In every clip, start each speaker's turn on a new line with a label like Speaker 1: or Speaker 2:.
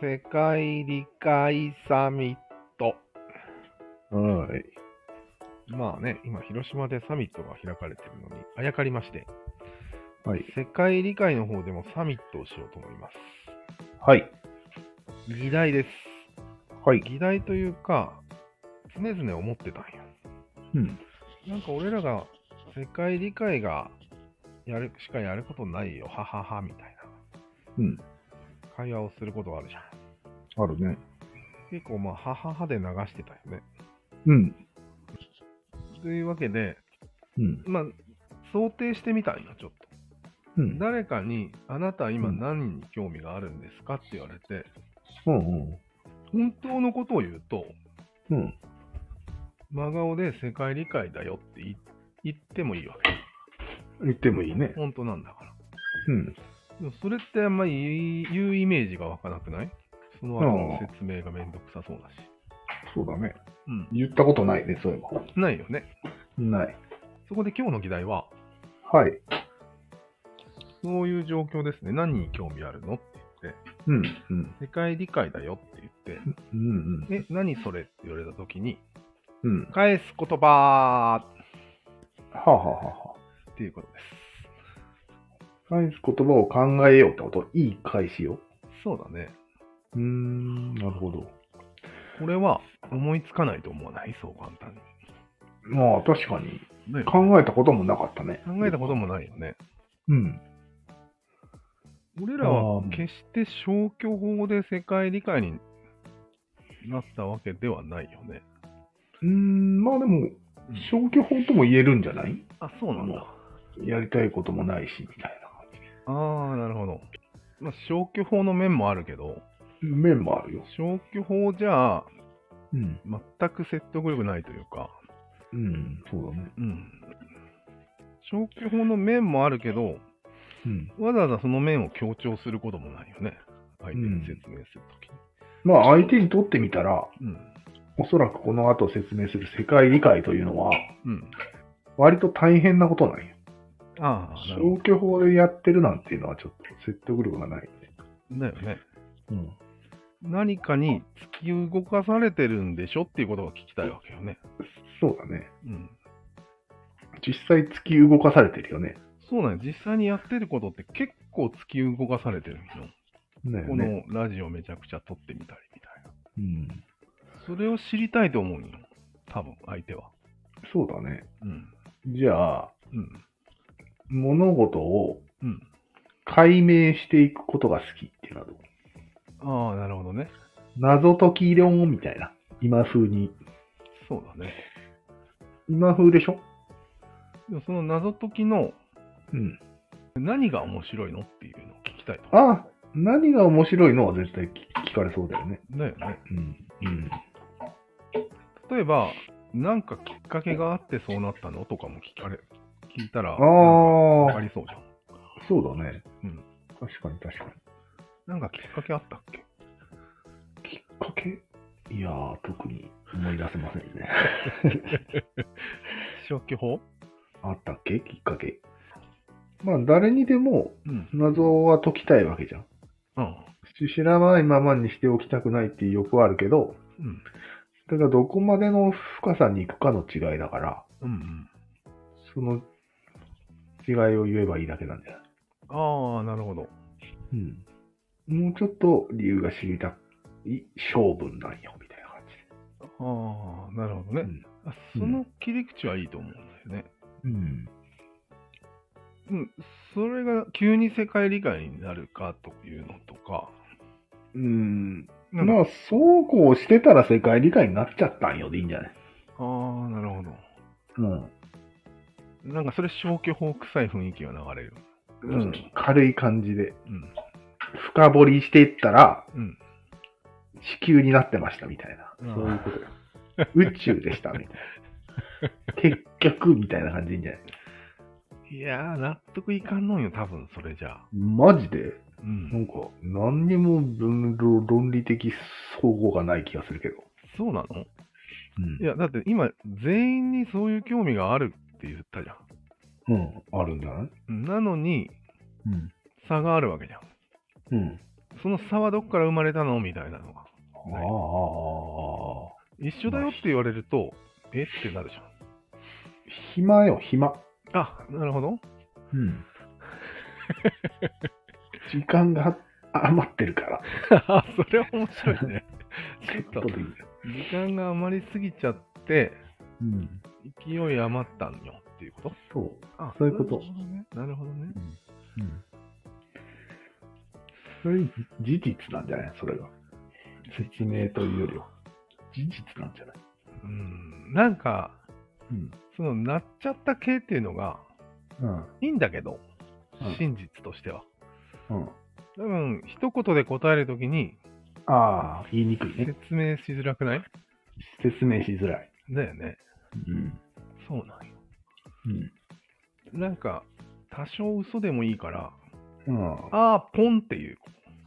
Speaker 1: 世界理解サミット。
Speaker 2: はい。
Speaker 1: まあね、今、広島でサミットが開かれてるのに、あやかりまして、
Speaker 2: はい。
Speaker 1: 世界理解の方でもサミットをしようと思います。
Speaker 2: はい。
Speaker 1: 議題です。
Speaker 2: はい。
Speaker 1: 議題というか、常々思ってたんよ。
Speaker 2: うん。
Speaker 1: なんか俺らが世界理解がやるしかやることないよ、ははは、みたい
Speaker 2: うん。
Speaker 1: な会話をすることあるじゃん。
Speaker 2: あるね。
Speaker 1: 結構まあ、はははで流してたよね。
Speaker 2: うん。
Speaker 1: というわけで、
Speaker 2: うん。
Speaker 1: まあ、想定してみたんよ、ちょっと。
Speaker 2: うん。
Speaker 1: 誰かに、あなたは今
Speaker 2: うん
Speaker 1: 何に興味があるんですかって言われて、
Speaker 2: うんうん。
Speaker 1: 本当のことを言うと、
Speaker 2: うん。
Speaker 1: 真顔で世界理解だよって言い言ってもいいわけ。
Speaker 2: 言ってもいいね。
Speaker 1: 本当なんだから。
Speaker 2: うん。
Speaker 1: でもそれってあんまり言い言うイメージが湧かなくないその後の説明がめんどくさそうだし。
Speaker 2: そうだね。
Speaker 1: う
Speaker 2: 言ったことないね、そういえば。
Speaker 1: ん。ないよね。
Speaker 2: ない。
Speaker 1: そこで今日の議題は、
Speaker 2: はい。
Speaker 1: そういう状況ですね。何に興味あるのって言って、
Speaker 2: うん。うん。
Speaker 1: 世界理解だよって言って、
Speaker 2: うん。
Speaker 1: え、何それって言われた時に、
Speaker 2: うん。
Speaker 1: 返す言葉
Speaker 2: はあ、はあはあは
Speaker 1: っていうことで
Speaker 2: あ、返す言葉を考えようってこといい返しよ。
Speaker 1: す。そうだね。
Speaker 2: うーん。なるほど。
Speaker 1: これは思いつかないと思わないそう簡単
Speaker 2: まあ、確かに。
Speaker 1: に。ね、考
Speaker 2: 考えたこともなかったね。
Speaker 1: えたこともないよね。
Speaker 2: うん。
Speaker 1: 俺らは決して消去法で世界理解になったわけではないよね。
Speaker 2: うーん。まあでも、消去法とも言えるんじゃない
Speaker 1: あ、そうなんだ。
Speaker 2: やりたいこともないし、みたいな感じ。
Speaker 1: ああ、なるほど。まあ、消去法の面もあるけど、
Speaker 2: 面もあるよ。
Speaker 1: 消去法じゃ
Speaker 2: うん。
Speaker 1: 全く説得力ないというか、
Speaker 2: うん。そうだね。
Speaker 1: うん。消去法の面もあるけど、
Speaker 2: うん。
Speaker 1: わざわざその面を強調することもないよね。相手に説明するときに。
Speaker 2: まあ、相手にとってみたら、
Speaker 1: うん。
Speaker 2: おそらくこの後説明する世界理解というのは、
Speaker 1: うん。
Speaker 2: 割と大変なことなんよ。
Speaker 1: ああ、なるほ
Speaker 2: 消去法でやってるなんていうのはちょっと説得力がない、ね。
Speaker 1: ど。だよね。
Speaker 2: うん。
Speaker 1: 何かに突き動かされてるんでしょっていうことが聞きたいわけよね。
Speaker 2: そうだね。
Speaker 1: うん。
Speaker 2: 実際突き動かされてるよね。
Speaker 1: そうなんよ実際にやってることって結構突き動かされてるの。
Speaker 2: ねえ
Speaker 1: こ
Speaker 2: ね。
Speaker 1: のラジオめちゃくちゃ撮ってみたりみたいな。
Speaker 2: うん。
Speaker 1: それを知りたいと思うんよ。多分、相手は。
Speaker 2: そうだね。
Speaker 1: うん。
Speaker 2: じゃあ、
Speaker 1: うん。
Speaker 2: 物事を
Speaker 1: うん。
Speaker 2: 解明していくことが好きっていうのはどう
Speaker 1: ああ、なるほどね。
Speaker 2: 謎解き論みたいな。今風に。
Speaker 1: そうだね。
Speaker 2: 今風でしょ
Speaker 1: でもその謎解きの
Speaker 2: うん。
Speaker 1: 何が面白いのっていうのを聞きたいと。
Speaker 2: あ、何が面白いのは絶対聞聞かれそうだよね。
Speaker 1: だよね。
Speaker 2: うん。うん。
Speaker 1: 例えば、なんかきっかけがあってそうなったのとかも聞かれ、聞いたら、
Speaker 2: あ
Speaker 1: あ
Speaker 2: あ、
Speaker 1: りそうじゃん。
Speaker 2: そうだね。
Speaker 1: うん。
Speaker 2: 確かに確かに。
Speaker 1: なんかきっかけあったっけ
Speaker 2: きっかけいやー、特に思い出せませんね。
Speaker 1: 消去法
Speaker 2: あったっけきっかけ。まあ、誰にでも
Speaker 1: うん。
Speaker 2: 謎は解きたいわけじゃん。
Speaker 1: うん。
Speaker 2: し知らないままにしておきたくないっていう欲はあるけど、
Speaker 1: うん。
Speaker 2: ただどこまでの深さに行くかの違いだから、
Speaker 1: うん。
Speaker 2: その違いを言えばいいだけなんじゃない
Speaker 1: ああ、なるほど。
Speaker 2: うん。もうちょっと理由が知りたい性分なんよ、みたいな感じ。
Speaker 1: ああ、なるほどね。
Speaker 2: うん
Speaker 1: あその切り口はいいと思うんだよね。
Speaker 2: うん。
Speaker 1: うん。それが急に世界理解になるかというのとか、
Speaker 2: うん。
Speaker 1: なんか
Speaker 2: まあ、そうこうしてたら世界理解になっちゃったんよでいいんじゃない
Speaker 1: ああ、なるほど。
Speaker 2: うん。
Speaker 1: なんかそれ消去法臭い雰囲気が流れる。
Speaker 2: うん、軽い感じで。
Speaker 1: うん。
Speaker 2: 深掘りしていったら、
Speaker 1: うん。
Speaker 2: 地球になってましたみたいな。
Speaker 1: うん
Speaker 2: そういうことよ。宇宙でしたみたい な。結局、みたいな感じでいいんじゃない
Speaker 1: いやー、納得いかんのんよ、多分それじゃあ。
Speaker 2: マジで、
Speaker 1: う。
Speaker 2: なんんか、何にも分論論理的相互がない気がするけど。
Speaker 1: そうなの
Speaker 2: うん
Speaker 1: いや、だって今、全員にそういう興味があるって言ったじゃん。
Speaker 2: うん、あるんじゃない
Speaker 1: なのに、
Speaker 2: うん。
Speaker 1: 差があるわけじゃん。
Speaker 2: うん。
Speaker 1: その差はどっから生まれたのみたいなのが。
Speaker 2: ああああああ。
Speaker 1: 一緒だよって言われると、えってなるじゃん。
Speaker 2: 暇よ、暇。
Speaker 1: あ、なるほど。
Speaker 2: うん。時間が余ってるから。
Speaker 1: あ それは面白い ね。ち
Speaker 2: ちょ
Speaker 1: ょ
Speaker 2: っ
Speaker 1: っ
Speaker 2: と
Speaker 1: と
Speaker 2: でいいよ。
Speaker 1: 時間が余りすぎちゃって、
Speaker 2: うん。
Speaker 1: 勢い余ったんよっていうこと
Speaker 2: そう。
Speaker 1: あ
Speaker 2: そういうこと
Speaker 1: なるほどね。
Speaker 2: うん。それ、事実なんじゃないそれが。説明というよりは。事実なんじゃない
Speaker 1: うん。なんか、
Speaker 2: うん。
Speaker 1: その、なっちゃった系っていうのが、
Speaker 2: うん。
Speaker 1: いいんだけど、
Speaker 2: うん
Speaker 1: 真実としては。
Speaker 2: うん。
Speaker 1: 多分、一言で答えるときに、
Speaker 2: ああ、言いにくいね。
Speaker 1: 説明しづらくない
Speaker 2: 説明しづらい。
Speaker 1: だよね。
Speaker 2: うん。
Speaker 1: そうなんよ。
Speaker 2: うん。
Speaker 1: なんか、多少嘘でもいいから、
Speaker 2: うん。
Speaker 1: ああ、ポンっていう、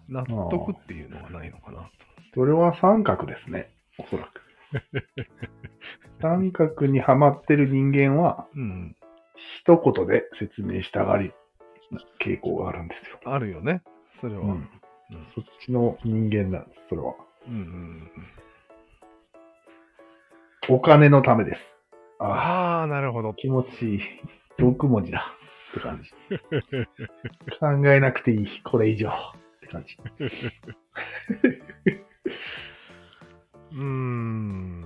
Speaker 1: 納得っていうのがないのかな。
Speaker 2: それは三角ですね。おそ らく。三角にはまってる人間は、
Speaker 1: うん。
Speaker 2: 一言で説明したがり、傾向があるんですよ。
Speaker 1: あるよね。それは。
Speaker 2: う
Speaker 1: うん
Speaker 2: ん。そっちの人間なんです、それは。
Speaker 1: うんうんうん
Speaker 2: お金のためです。ああ、
Speaker 1: ああ、なるほど。
Speaker 2: 気持ちいい。6文字だ。って感じ。考えなくていい。これ以上。って感じ。
Speaker 1: うーん。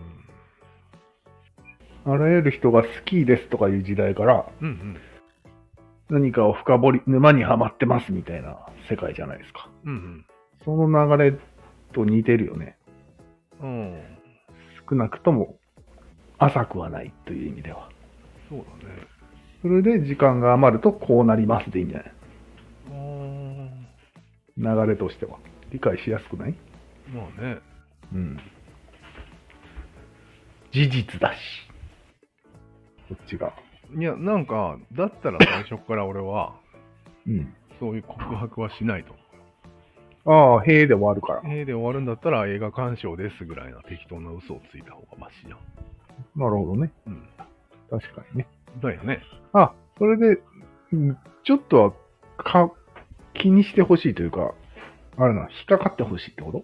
Speaker 2: あらゆる人が好きですとかいう時代から、
Speaker 1: うんうん。
Speaker 2: 何かを深掘り、沼にはまってますみたいな世界じゃないですか。
Speaker 1: うん
Speaker 2: その流れと似てるよね。
Speaker 1: うん。うん。
Speaker 2: 少なくとも浅くはないという意味では。
Speaker 1: そうだ
Speaker 2: それで時間が余るとこうなりますでいいんじゃ
Speaker 1: ね。
Speaker 2: ない流れとしては。理解しやすくない
Speaker 1: あーまあね。
Speaker 2: うん。事実だし。こっちが。
Speaker 1: いや、なんか、だったら最初から俺は、
Speaker 2: うん。
Speaker 1: そういう告白はしないと思
Speaker 2: ああ、へえで終わるから。
Speaker 1: う。えーで終わるんだったら映画鑑賞ですぐらいな適当な嘘をついた方がマシじゃん。
Speaker 2: なるほどね。
Speaker 1: うん。
Speaker 2: 確かにね。
Speaker 1: だよね。
Speaker 2: あ、それで、うんちょっとは、か、気にしてほしいというか、あれな、引っかかってほしいってこと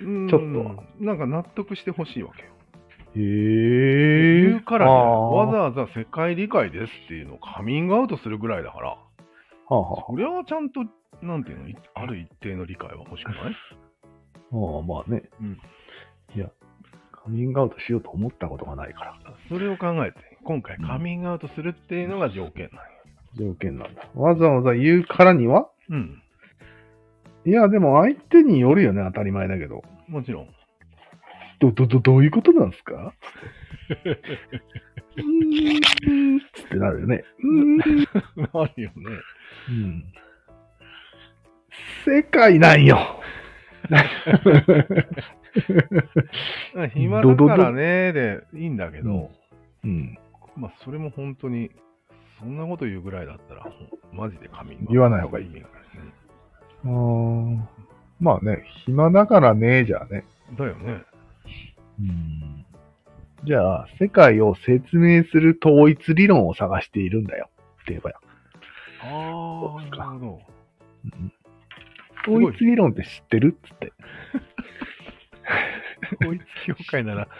Speaker 1: ちょ
Speaker 2: っと。
Speaker 1: なんか納得してほしいわけよ。
Speaker 2: へえ
Speaker 1: 言うからね、わざわざ世界理解ですっていうのをカミングアウトするぐらいだから、
Speaker 2: はあはあ
Speaker 1: それはちゃんと、なんていうの、いある一定の理解は欲しくない
Speaker 2: ああ、まあね。
Speaker 1: うん。
Speaker 2: いや、カミングアウトしようと思ったことがないから、
Speaker 1: それを考えて、今回カミングアウトするっていうのが条件なんよ。
Speaker 2: 条件なんだ。わざわざ言うからには
Speaker 1: うん。
Speaker 2: いや、でも相手によるよね、当たり前だけど。
Speaker 1: もちろん。
Speaker 2: ど、ど、ど、どういうことなんですかうーん、つってなるよね。うーん。
Speaker 1: あるよね。
Speaker 2: うん。世界な んよ。
Speaker 1: 暇だからね、でいいんだけど、
Speaker 2: うん。
Speaker 1: まあ、それも本当に、そんなこと言うぐらいだったら、マジでカミングアウト
Speaker 2: 言わない方がいい
Speaker 1: 意味がないね
Speaker 2: あーまあね、暇だからね、じゃあね。
Speaker 1: だよね。
Speaker 2: うんじゃあ、世界を説明する統一理論を探しているんだよ。って言えばよ。
Speaker 1: あ
Speaker 2: そう
Speaker 1: あ、
Speaker 2: っすか
Speaker 1: なるほごい
Speaker 2: 統一理論って知ってるっつって。
Speaker 1: ど。統一教会なら知っ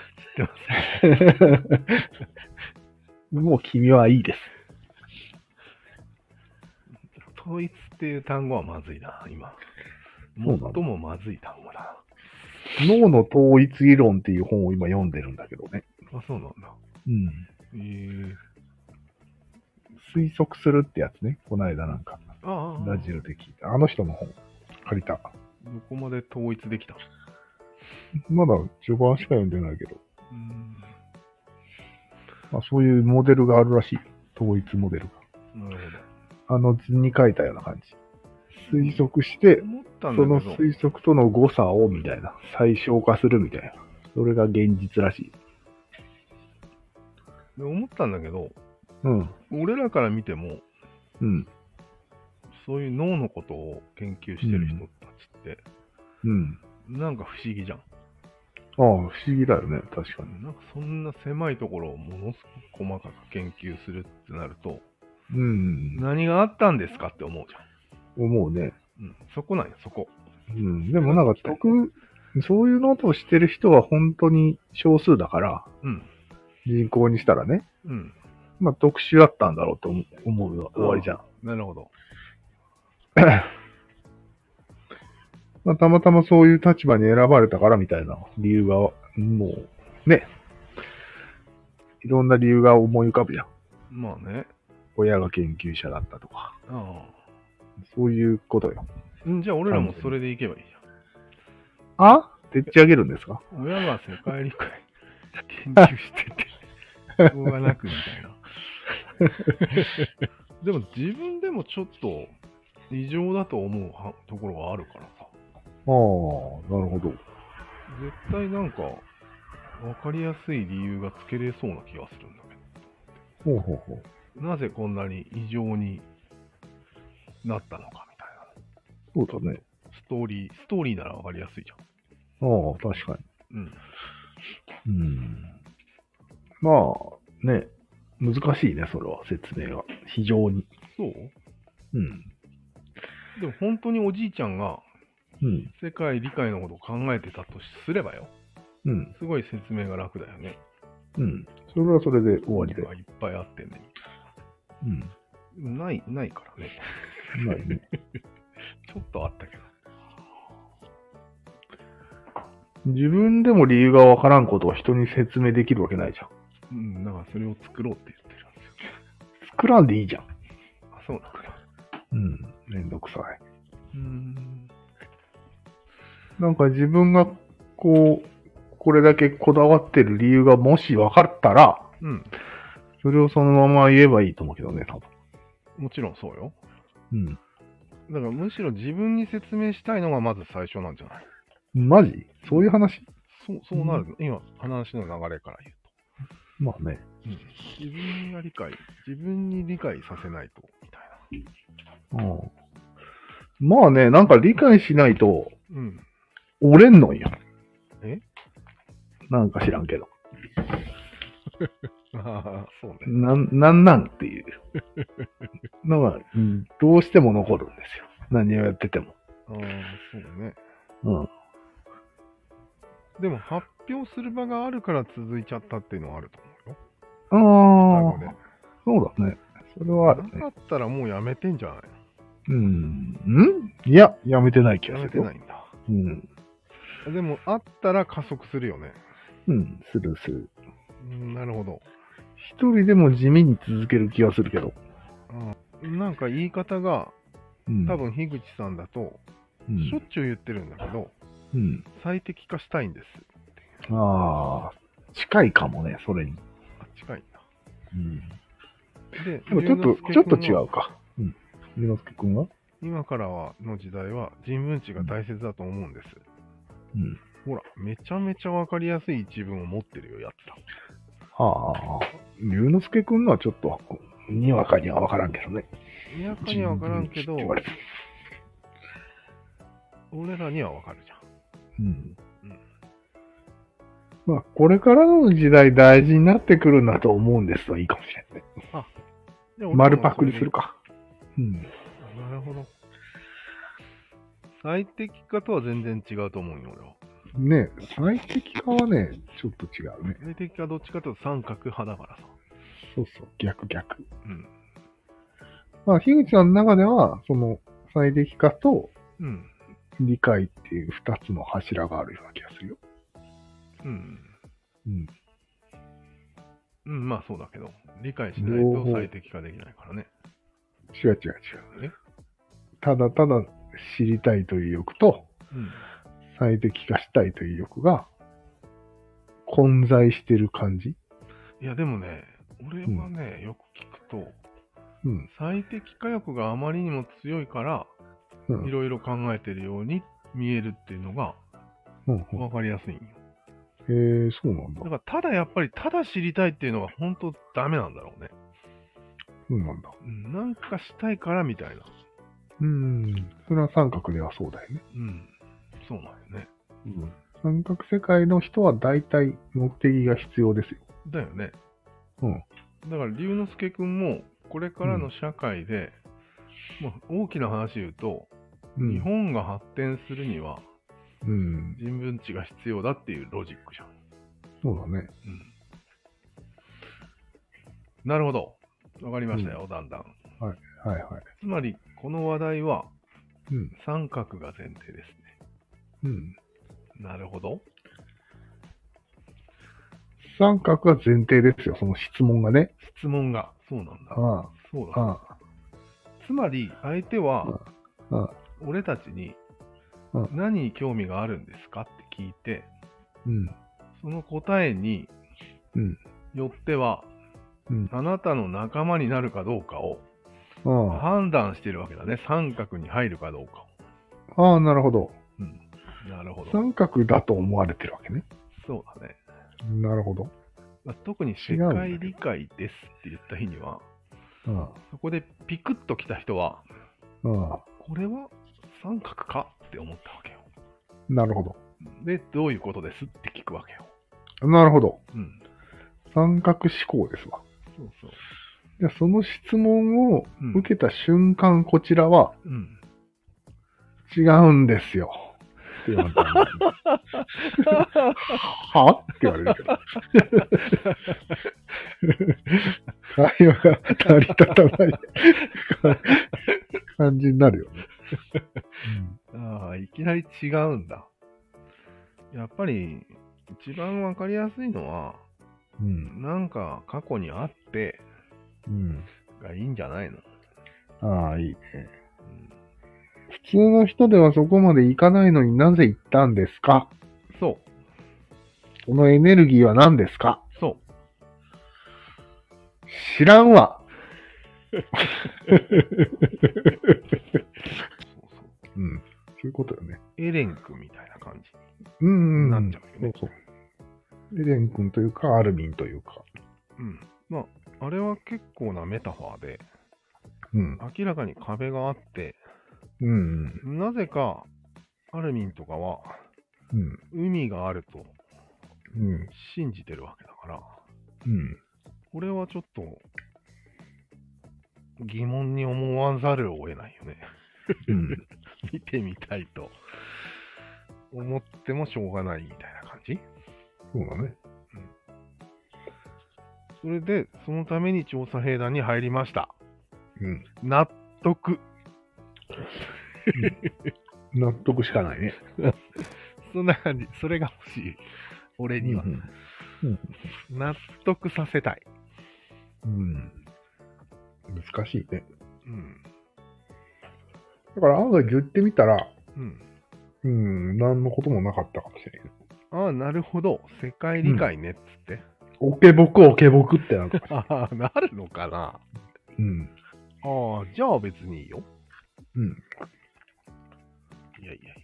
Speaker 1: てます。
Speaker 2: もう君はいいです。
Speaker 1: 統一っていう単語はまずいな、今。
Speaker 2: そうなの
Speaker 1: 最もまずい単語だ
Speaker 2: 脳の統一理論っていう本を今読んでるんだけどね。
Speaker 1: な。あ、そうなんだ。
Speaker 2: うん。
Speaker 1: えー、
Speaker 2: 推測するってやつね。この間なんか、
Speaker 1: ああ、
Speaker 2: ラジオで聞いた。あの人の本、借りた。
Speaker 1: どこまで統一できた
Speaker 2: まだ序盤しか読んでないけど、
Speaker 1: うん
Speaker 2: まあ、そういうモデルがあるらしい。統一モデルが。
Speaker 1: なる
Speaker 2: あの図に書いたような感じ。推測して
Speaker 1: ほど。、思ったんだ
Speaker 2: そ
Speaker 1: けど
Speaker 2: の、推測との誤差をみたいな、最小化するみたいな。それが現実らしい。
Speaker 1: 思ったんだけど、
Speaker 2: うん。
Speaker 1: 俺らから見ても、
Speaker 2: うん。
Speaker 1: そういう脳のことを研究してる人たちって、
Speaker 2: うん。
Speaker 1: なんか不思議じゃん。
Speaker 2: ああ、不思議だよね。確かに。
Speaker 1: なんかそんな狭いところをものすごく細かく研究するってなると、
Speaker 2: うん。
Speaker 1: 何があったんですかって思うじゃん。
Speaker 2: 思うね。
Speaker 1: うん、そこなんよ、そこ。
Speaker 2: うん。でもなんか、特、そういうノートをしてる人は本当に少数だから、
Speaker 1: うん。
Speaker 2: 人口にしたらね。
Speaker 1: うん。
Speaker 2: まあ特殊だったんだろうと思う思うのは終わりじゃん。
Speaker 1: なるほど。
Speaker 2: まあたまたまそういう立場に選ばれたからみたいな理由が、もう、ね。いろんな理由が思い浮かぶじゃん。
Speaker 1: まあね。
Speaker 2: 親が研究者だったとか。
Speaker 1: あ
Speaker 2: そういうことよ。
Speaker 1: あ。んじゃあ俺らもそれでいけばいいじ
Speaker 2: あでっち上げるんですか
Speaker 1: ゃん。親が世界理解研究してて、しょうがなくみたいな。でも自分でもちょっと異常だと思うはところがあるからさ。
Speaker 2: ああ、なるほど。
Speaker 1: 絶対なんか、わかりやすい理由がつけれそうな気がするんだけ
Speaker 2: ほうほうほう。
Speaker 1: ど。なぜこんなに異常になったのかみたいな。
Speaker 2: そうだね。
Speaker 1: ストーリー、ストーリーならわかりやすいじ
Speaker 2: ああ、確か
Speaker 1: ゃん。うん。
Speaker 2: に。うん。まあ、ね、難しいね、それは、説明が。非常に。
Speaker 1: そう
Speaker 2: うん。
Speaker 1: でも本当におじいちゃんが
Speaker 2: うん。
Speaker 1: 世界理解のことを考えてたとすればよ。
Speaker 2: うん。
Speaker 1: すごい説明が楽だよね。
Speaker 2: うん。それはそれで終わり
Speaker 1: 理
Speaker 2: で
Speaker 1: 由。がいっぱいあってね。
Speaker 2: うん。
Speaker 1: ない、ないからね。
Speaker 2: ないね。
Speaker 1: ちょっとあったけど。
Speaker 2: 自分でも理由がわからんことを人に説明できるわけないじゃん。
Speaker 1: うん、だからそれを作ろうって言ってるんですよ。
Speaker 2: 作らんでいいじゃん。
Speaker 1: あ、そうなんだ。
Speaker 2: うん。めんどくさい。
Speaker 1: うん。
Speaker 2: なんか自分が、こう、これだけこだわってる理由がもし分かったら、
Speaker 1: うん。
Speaker 2: それをそのまま言えばいいと思うけどね、多分。
Speaker 1: もちろんそうよ。
Speaker 2: うん。
Speaker 1: だからむしろ自分に説明したいのがまず最初なんじゃない
Speaker 2: マジそういう話
Speaker 1: そうそうなるの、今話の流れから言う
Speaker 2: まあね。
Speaker 1: と、自分が理解自分に理解させないとみたい
Speaker 2: うん。まあね、なんか理解しないと
Speaker 1: なうん
Speaker 2: 折れんのんよ。
Speaker 1: え
Speaker 2: なんか知らんけど。
Speaker 1: ああそうね
Speaker 2: なん、なんなんっ ていうのが、うん、どうしても残るんですよ。何をやってても。
Speaker 1: ああそうね
Speaker 2: うん。
Speaker 1: でも発表する場があるから続いちゃったっていうのはあると思
Speaker 2: あ
Speaker 1: うよ
Speaker 2: あ、そうだね。それはあ
Speaker 1: 双子
Speaker 2: る
Speaker 1: で
Speaker 2: ね
Speaker 1: な。かったらもうやめてんじゃない
Speaker 2: うん。んいや、やめてない気
Speaker 1: や
Speaker 2: が
Speaker 1: め
Speaker 2: す
Speaker 1: て
Speaker 2: るよ。
Speaker 1: ないんだ
Speaker 2: うん。
Speaker 1: でもあったら加速するよね
Speaker 2: うん、するする。
Speaker 1: うんなるほど
Speaker 2: 一人でも地味に続ける気がするけど。
Speaker 1: なんか言い方が
Speaker 2: うん。
Speaker 1: 多分樋口さんだと
Speaker 2: う
Speaker 1: しょ
Speaker 2: ん。
Speaker 1: っちゅう言ってるんだけど、
Speaker 2: うん。
Speaker 1: 最適化したいんです。
Speaker 2: ああ、近いかもね、それに。
Speaker 1: あ、近いな。
Speaker 2: うん。
Speaker 1: で、
Speaker 2: でもちょっと、ちょっと違
Speaker 1: う。
Speaker 2: うか。うん。ゆのすけくんは
Speaker 1: 今からはの時代は人文知が大切だと思うんです。
Speaker 2: うん。
Speaker 1: ほら、めちゃめちゃわかりやすい一文を持ってるよ、やつら。
Speaker 2: ああ、ゆのすけくんのはちょっと、にわかにはわからんけどね。
Speaker 1: にわかにはわからんけど
Speaker 2: 自、分で言われて
Speaker 1: 俺らにはわかるじゃん。
Speaker 2: うん
Speaker 1: うん。
Speaker 2: まあ、これからの時代大事になってくるんだと思うんですといいかもしれないね。
Speaker 1: で
Speaker 2: 丸パクリする。か。うん。
Speaker 1: 俺らもそれでなるほど。最適化とは全然違うと思うよ、俺は。
Speaker 2: ね最適化はね、ちょっと違うね。
Speaker 1: 最適化はどっちかというと三角派だからさ。
Speaker 2: そうそう、逆逆。
Speaker 1: うん。
Speaker 2: まあ、樋口さんの中では、その、最適化と
Speaker 1: うん。
Speaker 2: 理解っていう二つの柱があるような気がするよ。
Speaker 1: うん。
Speaker 2: うん。
Speaker 1: うん、まあそうだけど、理解しないと最適化できないからね。
Speaker 2: 違う違う違
Speaker 1: え
Speaker 2: う。ただただ知りたいという欲と、
Speaker 1: うん。
Speaker 2: 最適化したいという欲が、混在してる感じ。
Speaker 1: いや、でもね、俺はね、よく聞くと、
Speaker 2: うん。
Speaker 1: 最適化欲があまりにも強いから、
Speaker 2: うん
Speaker 1: いろいろ考えてるように見えるっていうのが
Speaker 2: うんうん
Speaker 1: 分かりやすいんよ。
Speaker 2: へえ、そうなんだ
Speaker 1: だ。から、ただやっぱり、ただ知りたいっていうのが本当ダメなんだろうね。
Speaker 2: そうなんだ。
Speaker 1: うんなんかしたいからみたいな。
Speaker 2: うん。それは三角ではそうだよね。
Speaker 1: うん。そうなんよね。
Speaker 2: うん。三角世界の人は大体目的が必要ですよ。
Speaker 1: だよね。
Speaker 2: うん。
Speaker 1: だから、龍之介くんも、これからの社会で、まあ、大きな話言うと、
Speaker 2: うん
Speaker 1: 日本が発展するには
Speaker 2: うん。
Speaker 1: 人文知が必要だっていうロジックじゃん。
Speaker 2: そうだね。
Speaker 1: うん、なるほど。わかりましたよ、だんだん。
Speaker 2: はいはい。
Speaker 1: つまり、この話題は
Speaker 2: うん。
Speaker 1: 三角が前提です
Speaker 2: うん。
Speaker 1: ね。なるほど。
Speaker 2: 三角は前提ですよ、その質問がね。
Speaker 1: 質問が。そうなんだ。
Speaker 2: あ
Speaker 1: そう
Speaker 2: あ、
Speaker 1: だ。
Speaker 2: ああ、
Speaker 1: つまり、相手は
Speaker 2: ああ、
Speaker 1: 俺たちに
Speaker 2: うん
Speaker 1: 何に興味があるんですかって聞いて、
Speaker 2: うん、
Speaker 1: その答えに
Speaker 2: うん
Speaker 1: よっては、
Speaker 2: うん、
Speaker 1: あなたの仲間になるかどうかを
Speaker 2: あ
Speaker 1: 判断してるわけだね。三角に入るかどうかを。
Speaker 2: あ、ああ、なるほど。
Speaker 1: なるほど。
Speaker 2: 三角だと思われてるわけね。
Speaker 1: そうだね。
Speaker 2: なるほど。
Speaker 1: まあ特に世界理解ですって言った日には、
Speaker 2: あ
Speaker 1: そこでピクッと来た人は、
Speaker 2: あ、ああ、
Speaker 1: これは三角かって思ったわけよ。
Speaker 2: なるほど。
Speaker 1: で、どういうことですって聞くわけよ。
Speaker 2: なるほど。
Speaker 1: うん。
Speaker 2: 三角思考ですわ。
Speaker 1: そうそう。
Speaker 2: じゃあその質問を
Speaker 1: うん
Speaker 2: 受けた瞬間、こちらは
Speaker 1: うん。
Speaker 2: 違うんですよ。って言われたはって言われるけど。会話が成り立たない感じになるよね。
Speaker 1: ああ、いきなり違うんだ。やっぱり、一番わかりやすいのは、
Speaker 2: うん。
Speaker 1: なんか過去にあって
Speaker 2: うん。
Speaker 1: がいいんじゃないの、
Speaker 2: うん、ああ、いいね。普通の人ではそこまで行かないのになぜ行ったんですか
Speaker 1: そう、
Speaker 2: このエネルギーは何ですか
Speaker 1: そ
Speaker 2: 知らんわ。
Speaker 1: う。そうそう
Speaker 2: うん。そういうことよね。
Speaker 1: エレン君みたいな感じ
Speaker 2: うん、うん。
Speaker 1: になっちゃうよね。
Speaker 2: そうそう。エレン君というか、アルミンというか。
Speaker 1: うん。まあ、あれは結構なメタファーで、
Speaker 2: うん。
Speaker 1: 明らかに壁があって、
Speaker 2: うん。うん
Speaker 1: なぜか、アルミンとかは、
Speaker 2: うん。
Speaker 1: 海があると
Speaker 2: うん。
Speaker 1: 信じてるわけだから、
Speaker 2: うん。
Speaker 1: これはちょっと、疑問に思わざるを得ないよね。
Speaker 2: うん。
Speaker 1: 見てみたいと思ってもしょうがないみたいな感じ
Speaker 2: そうだね。
Speaker 1: それで、そのために調査兵団に入りました。
Speaker 2: うん。
Speaker 1: 納得。
Speaker 2: 納得しかないね。
Speaker 1: そんな感じ。それが欲しい。俺には。納得させたい。
Speaker 2: うん。難しいね。
Speaker 1: うん。
Speaker 2: だから案外言ってみたら、
Speaker 1: うん。
Speaker 2: うん、何のこともなかったかもしれない。
Speaker 1: ああ、なるほど。世界理解ねっつって。
Speaker 2: オケボク、オケボクってなんか。
Speaker 1: ああ、なるのかな。
Speaker 2: うん。
Speaker 1: ああ、じゃあ別にいいよ。
Speaker 2: うん。
Speaker 1: いやいやいや。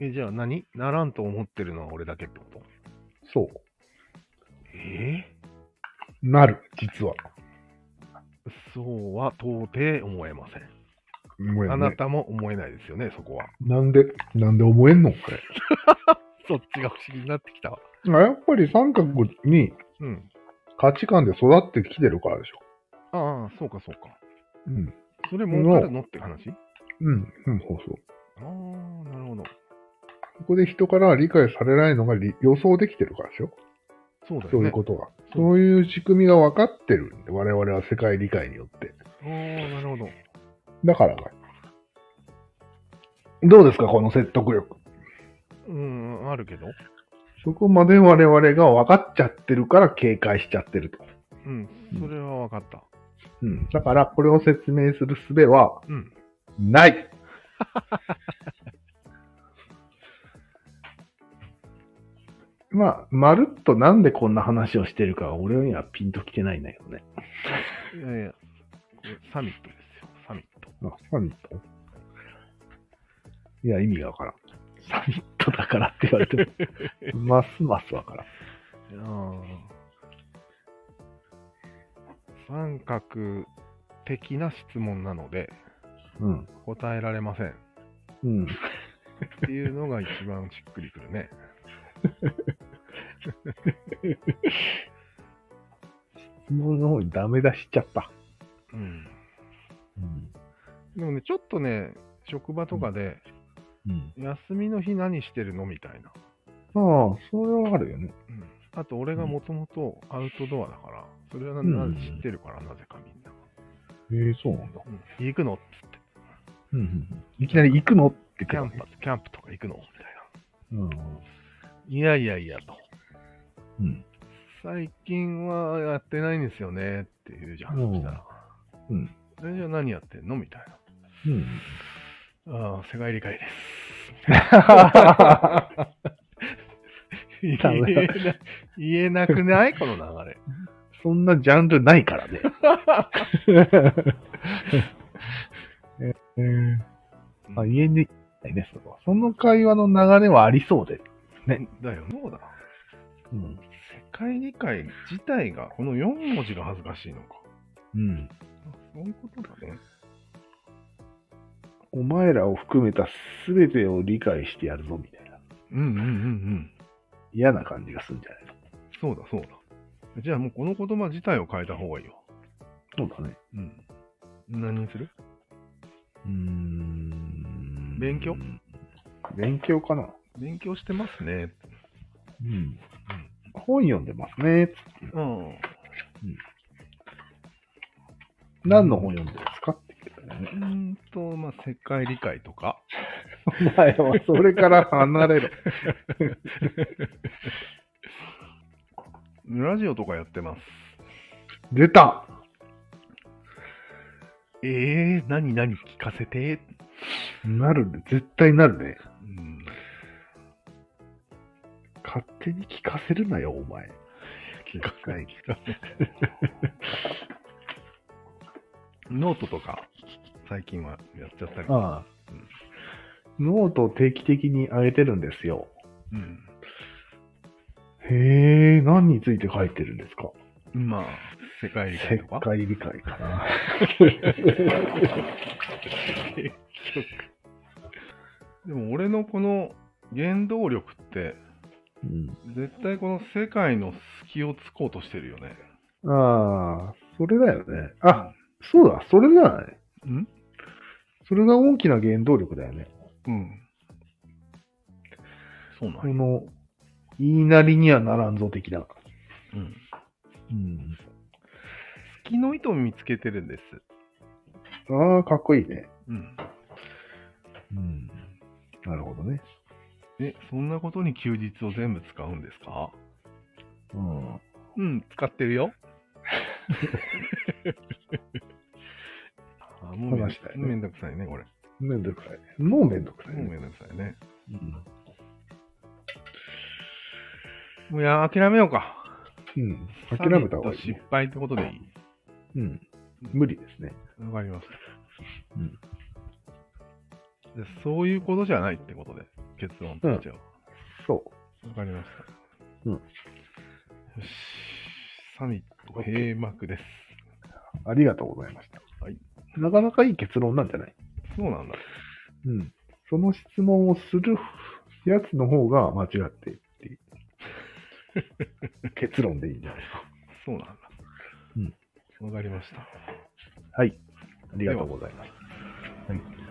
Speaker 1: え、じゃあ何ならんと思ってるのは俺だけってこと
Speaker 2: そう。
Speaker 1: え
Speaker 2: なる、実は。
Speaker 1: えそうは到底思えません。
Speaker 2: 思え
Speaker 1: あ
Speaker 2: ん
Speaker 1: な
Speaker 2: ね。
Speaker 1: たも思えないですよね、そこは。
Speaker 2: なんで、なんで思えんのこれ。
Speaker 1: そっちが不思議になってきたわ。
Speaker 2: まあやっぱり三角に
Speaker 1: うん。
Speaker 2: 価値観で育ってきてるからでしょ。
Speaker 1: ああ、そうかそうか。
Speaker 2: うん。
Speaker 1: それ儲かるのって話あ
Speaker 2: うん。うん、そうそう。
Speaker 1: あ、なるほど。
Speaker 2: そこで人から理解されないのがり予想できてるからでしょ。
Speaker 1: そうだよね。
Speaker 2: そういうことが。
Speaker 1: そう
Speaker 2: そういう仕組みが分かってるんで、我々は世界理解によって。
Speaker 1: ああ、なるほど。
Speaker 2: だからだ。どうですか、この説得力。
Speaker 1: うん、あるけど。
Speaker 2: そこまで我々が分かっちゃってるから警戒しちゃってると。
Speaker 1: うん、それは分かった。
Speaker 2: うん。だから、これを説明する術は
Speaker 1: うん。
Speaker 2: ない。 まあ、まるっとなんでこんな話をしてるかは俺にはピンときてないんだけどね。
Speaker 1: いやいや、これサミットですよ、サミット。
Speaker 2: あ、サミットいや、意味がわからん。サミットだからって言われて も、ますますわからん。
Speaker 1: ああ。三角的な質問なので、
Speaker 2: うん。
Speaker 1: 答えられません。っ
Speaker 2: うん。
Speaker 1: ていうのが一番しっくりくるね。
Speaker 2: 質問の方にダメ出しちゃった。
Speaker 1: うん。
Speaker 2: うん。
Speaker 1: でもね、ちょっとね、職場とかで、
Speaker 2: うん。
Speaker 1: 休みの日何してるのみたいな。
Speaker 2: ああ、それはあるよね。
Speaker 1: うんあと、俺がもともとアウトドアだから、それは
Speaker 2: う
Speaker 1: なん知ってるから、なぜかみんな。
Speaker 2: ええそうなんだ。
Speaker 1: うん行くのっつって。
Speaker 2: うんうんうん。いきなり行くのって
Speaker 1: キャ
Speaker 2: 言
Speaker 1: ン
Speaker 2: って
Speaker 1: プ、キャンプとか行くのみたい
Speaker 2: たね。
Speaker 1: な。いやいやいやと。
Speaker 2: うん。
Speaker 1: 最近はやってないんですよねっていうじゃん。
Speaker 2: うん
Speaker 1: そしたら。
Speaker 2: うん。
Speaker 1: それじゃあ何やってんのみたい
Speaker 2: うん。うん。
Speaker 1: な。ああ、世界理解 です。言
Speaker 2: ダメだ
Speaker 1: えな言えなくないこの流れ。
Speaker 2: そんなジャンルないからね。 えー あ、言えないね、それは。その会話の流れはありそうで。ね
Speaker 1: だよ、そうだ。
Speaker 2: うん。
Speaker 1: 世界理解自体が、この4文字が恥ずかしいのか。
Speaker 2: うん。
Speaker 1: そういうことだね。
Speaker 2: お前らを含めた全てを理解してやるぞ、みたいな。
Speaker 1: うんうんうんうん。
Speaker 2: 嫌な感じがするんじゃないの
Speaker 1: そうだそうだ。じゃあもうこの言葉自体を変えた方がいいよ。
Speaker 2: そうだね。
Speaker 1: うん。何にする
Speaker 2: うーん
Speaker 1: 勉強
Speaker 2: 勉強かな。
Speaker 1: 勉強してますね。
Speaker 2: うん。本読んでますね。
Speaker 1: うん。
Speaker 2: 何の本読んでるんですかって言ってたよ
Speaker 1: うー
Speaker 2: ね。
Speaker 1: んと、まあ、世界理解とか。
Speaker 2: お前はそれから離れろ。
Speaker 1: ラジオとかやってます。
Speaker 2: 出た
Speaker 1: ええー、何何聞かせて。
Speaker 2: なるね。絶対なるね。
Speaker 1: うん。
Speaker 2: 勝手に聞かせるなよ、お前。
Speaker 1: 聞かせない、聞かせない。ノートとか、最近はやっちゃったり。
Speaker 2: ああ。ノートを定期的に上げてるんですよ。
Speaker 1: うん。
Speaker 2: へえ、何について書いてるんですか
Speaker 1: まあ、世界理解
Speaker 2: 世
Speaker 1: とか。
Speaker 2: 界理解かな。
Speaker 1: でも俺のこの原動力って、
Speaker 2: うん。
Speaker 1: 絶対この世界の隙をつこうとしてるよね。
Speaker 2: ああ、それだよね。あ、そうだ、それじゃない。
Speaker 1: ん
Speaker 2: それが大きな原動力だよね。
Speaker 1: うん。そうなん
Speaker 2: こ
Speaker 1: や。
Speaker 2: の、言いなりにはならんぞ的な。
Speaker 1: うん。
Speaker 2: うん。
Speaker 1: 隙の糸を見つけてるんです。
Speaker 2: ああ、かっこいいね。
Speaker 1: うん。
Speaker 2: うん。なるほどね。
Speaker 1: え、そんなことに休日を全部使うんですか
Speaker 2: うん。
Speaker 1: うん、使ってるよ。 あもうめん
Speaker 2: 話したいね
Speaker 1: めんどくさいね、これ。
Speaker 2: めんどくさい。もうめんどくさい
Speaker 1: もう
Speaker 2: ね。
Speaker 1: めんどくさいね。
Speaker 2: うん。
Speaker 1: もういや、諦めようか。
Speaker 2: うん。諦めた方が
Speaker 1: サミット
Speaker 2: いいね、
Speaker 1: 失敗ってことでいい
Speaker 2: うん。無理ですね。
Speaker 1: わかりました。
Speaker 2: うん
Speaker 1: でそういうことじゃないってことで、結論としては。
Speaker 2: そ
Speaker 1: わかりました。
Speaker 2: うん
Speaker 1: よし。サミット閉幕です。
Speaker 2: う。ありがとうございました。
Speaker 1: はい。
Speaker 2: なかなかいい結論なんじゃない
Speaker 1: そうなんだ。
Speaker 2: うん。その質問をするやつの方が間違っているっ ていう。結論でいいんじゃない
Speaker 1: そうなんだ。
Speaker 2: うん
Speaker 1: わかりました。
Speaker 2: はい。ありがとうございます。
Speaker 1: はい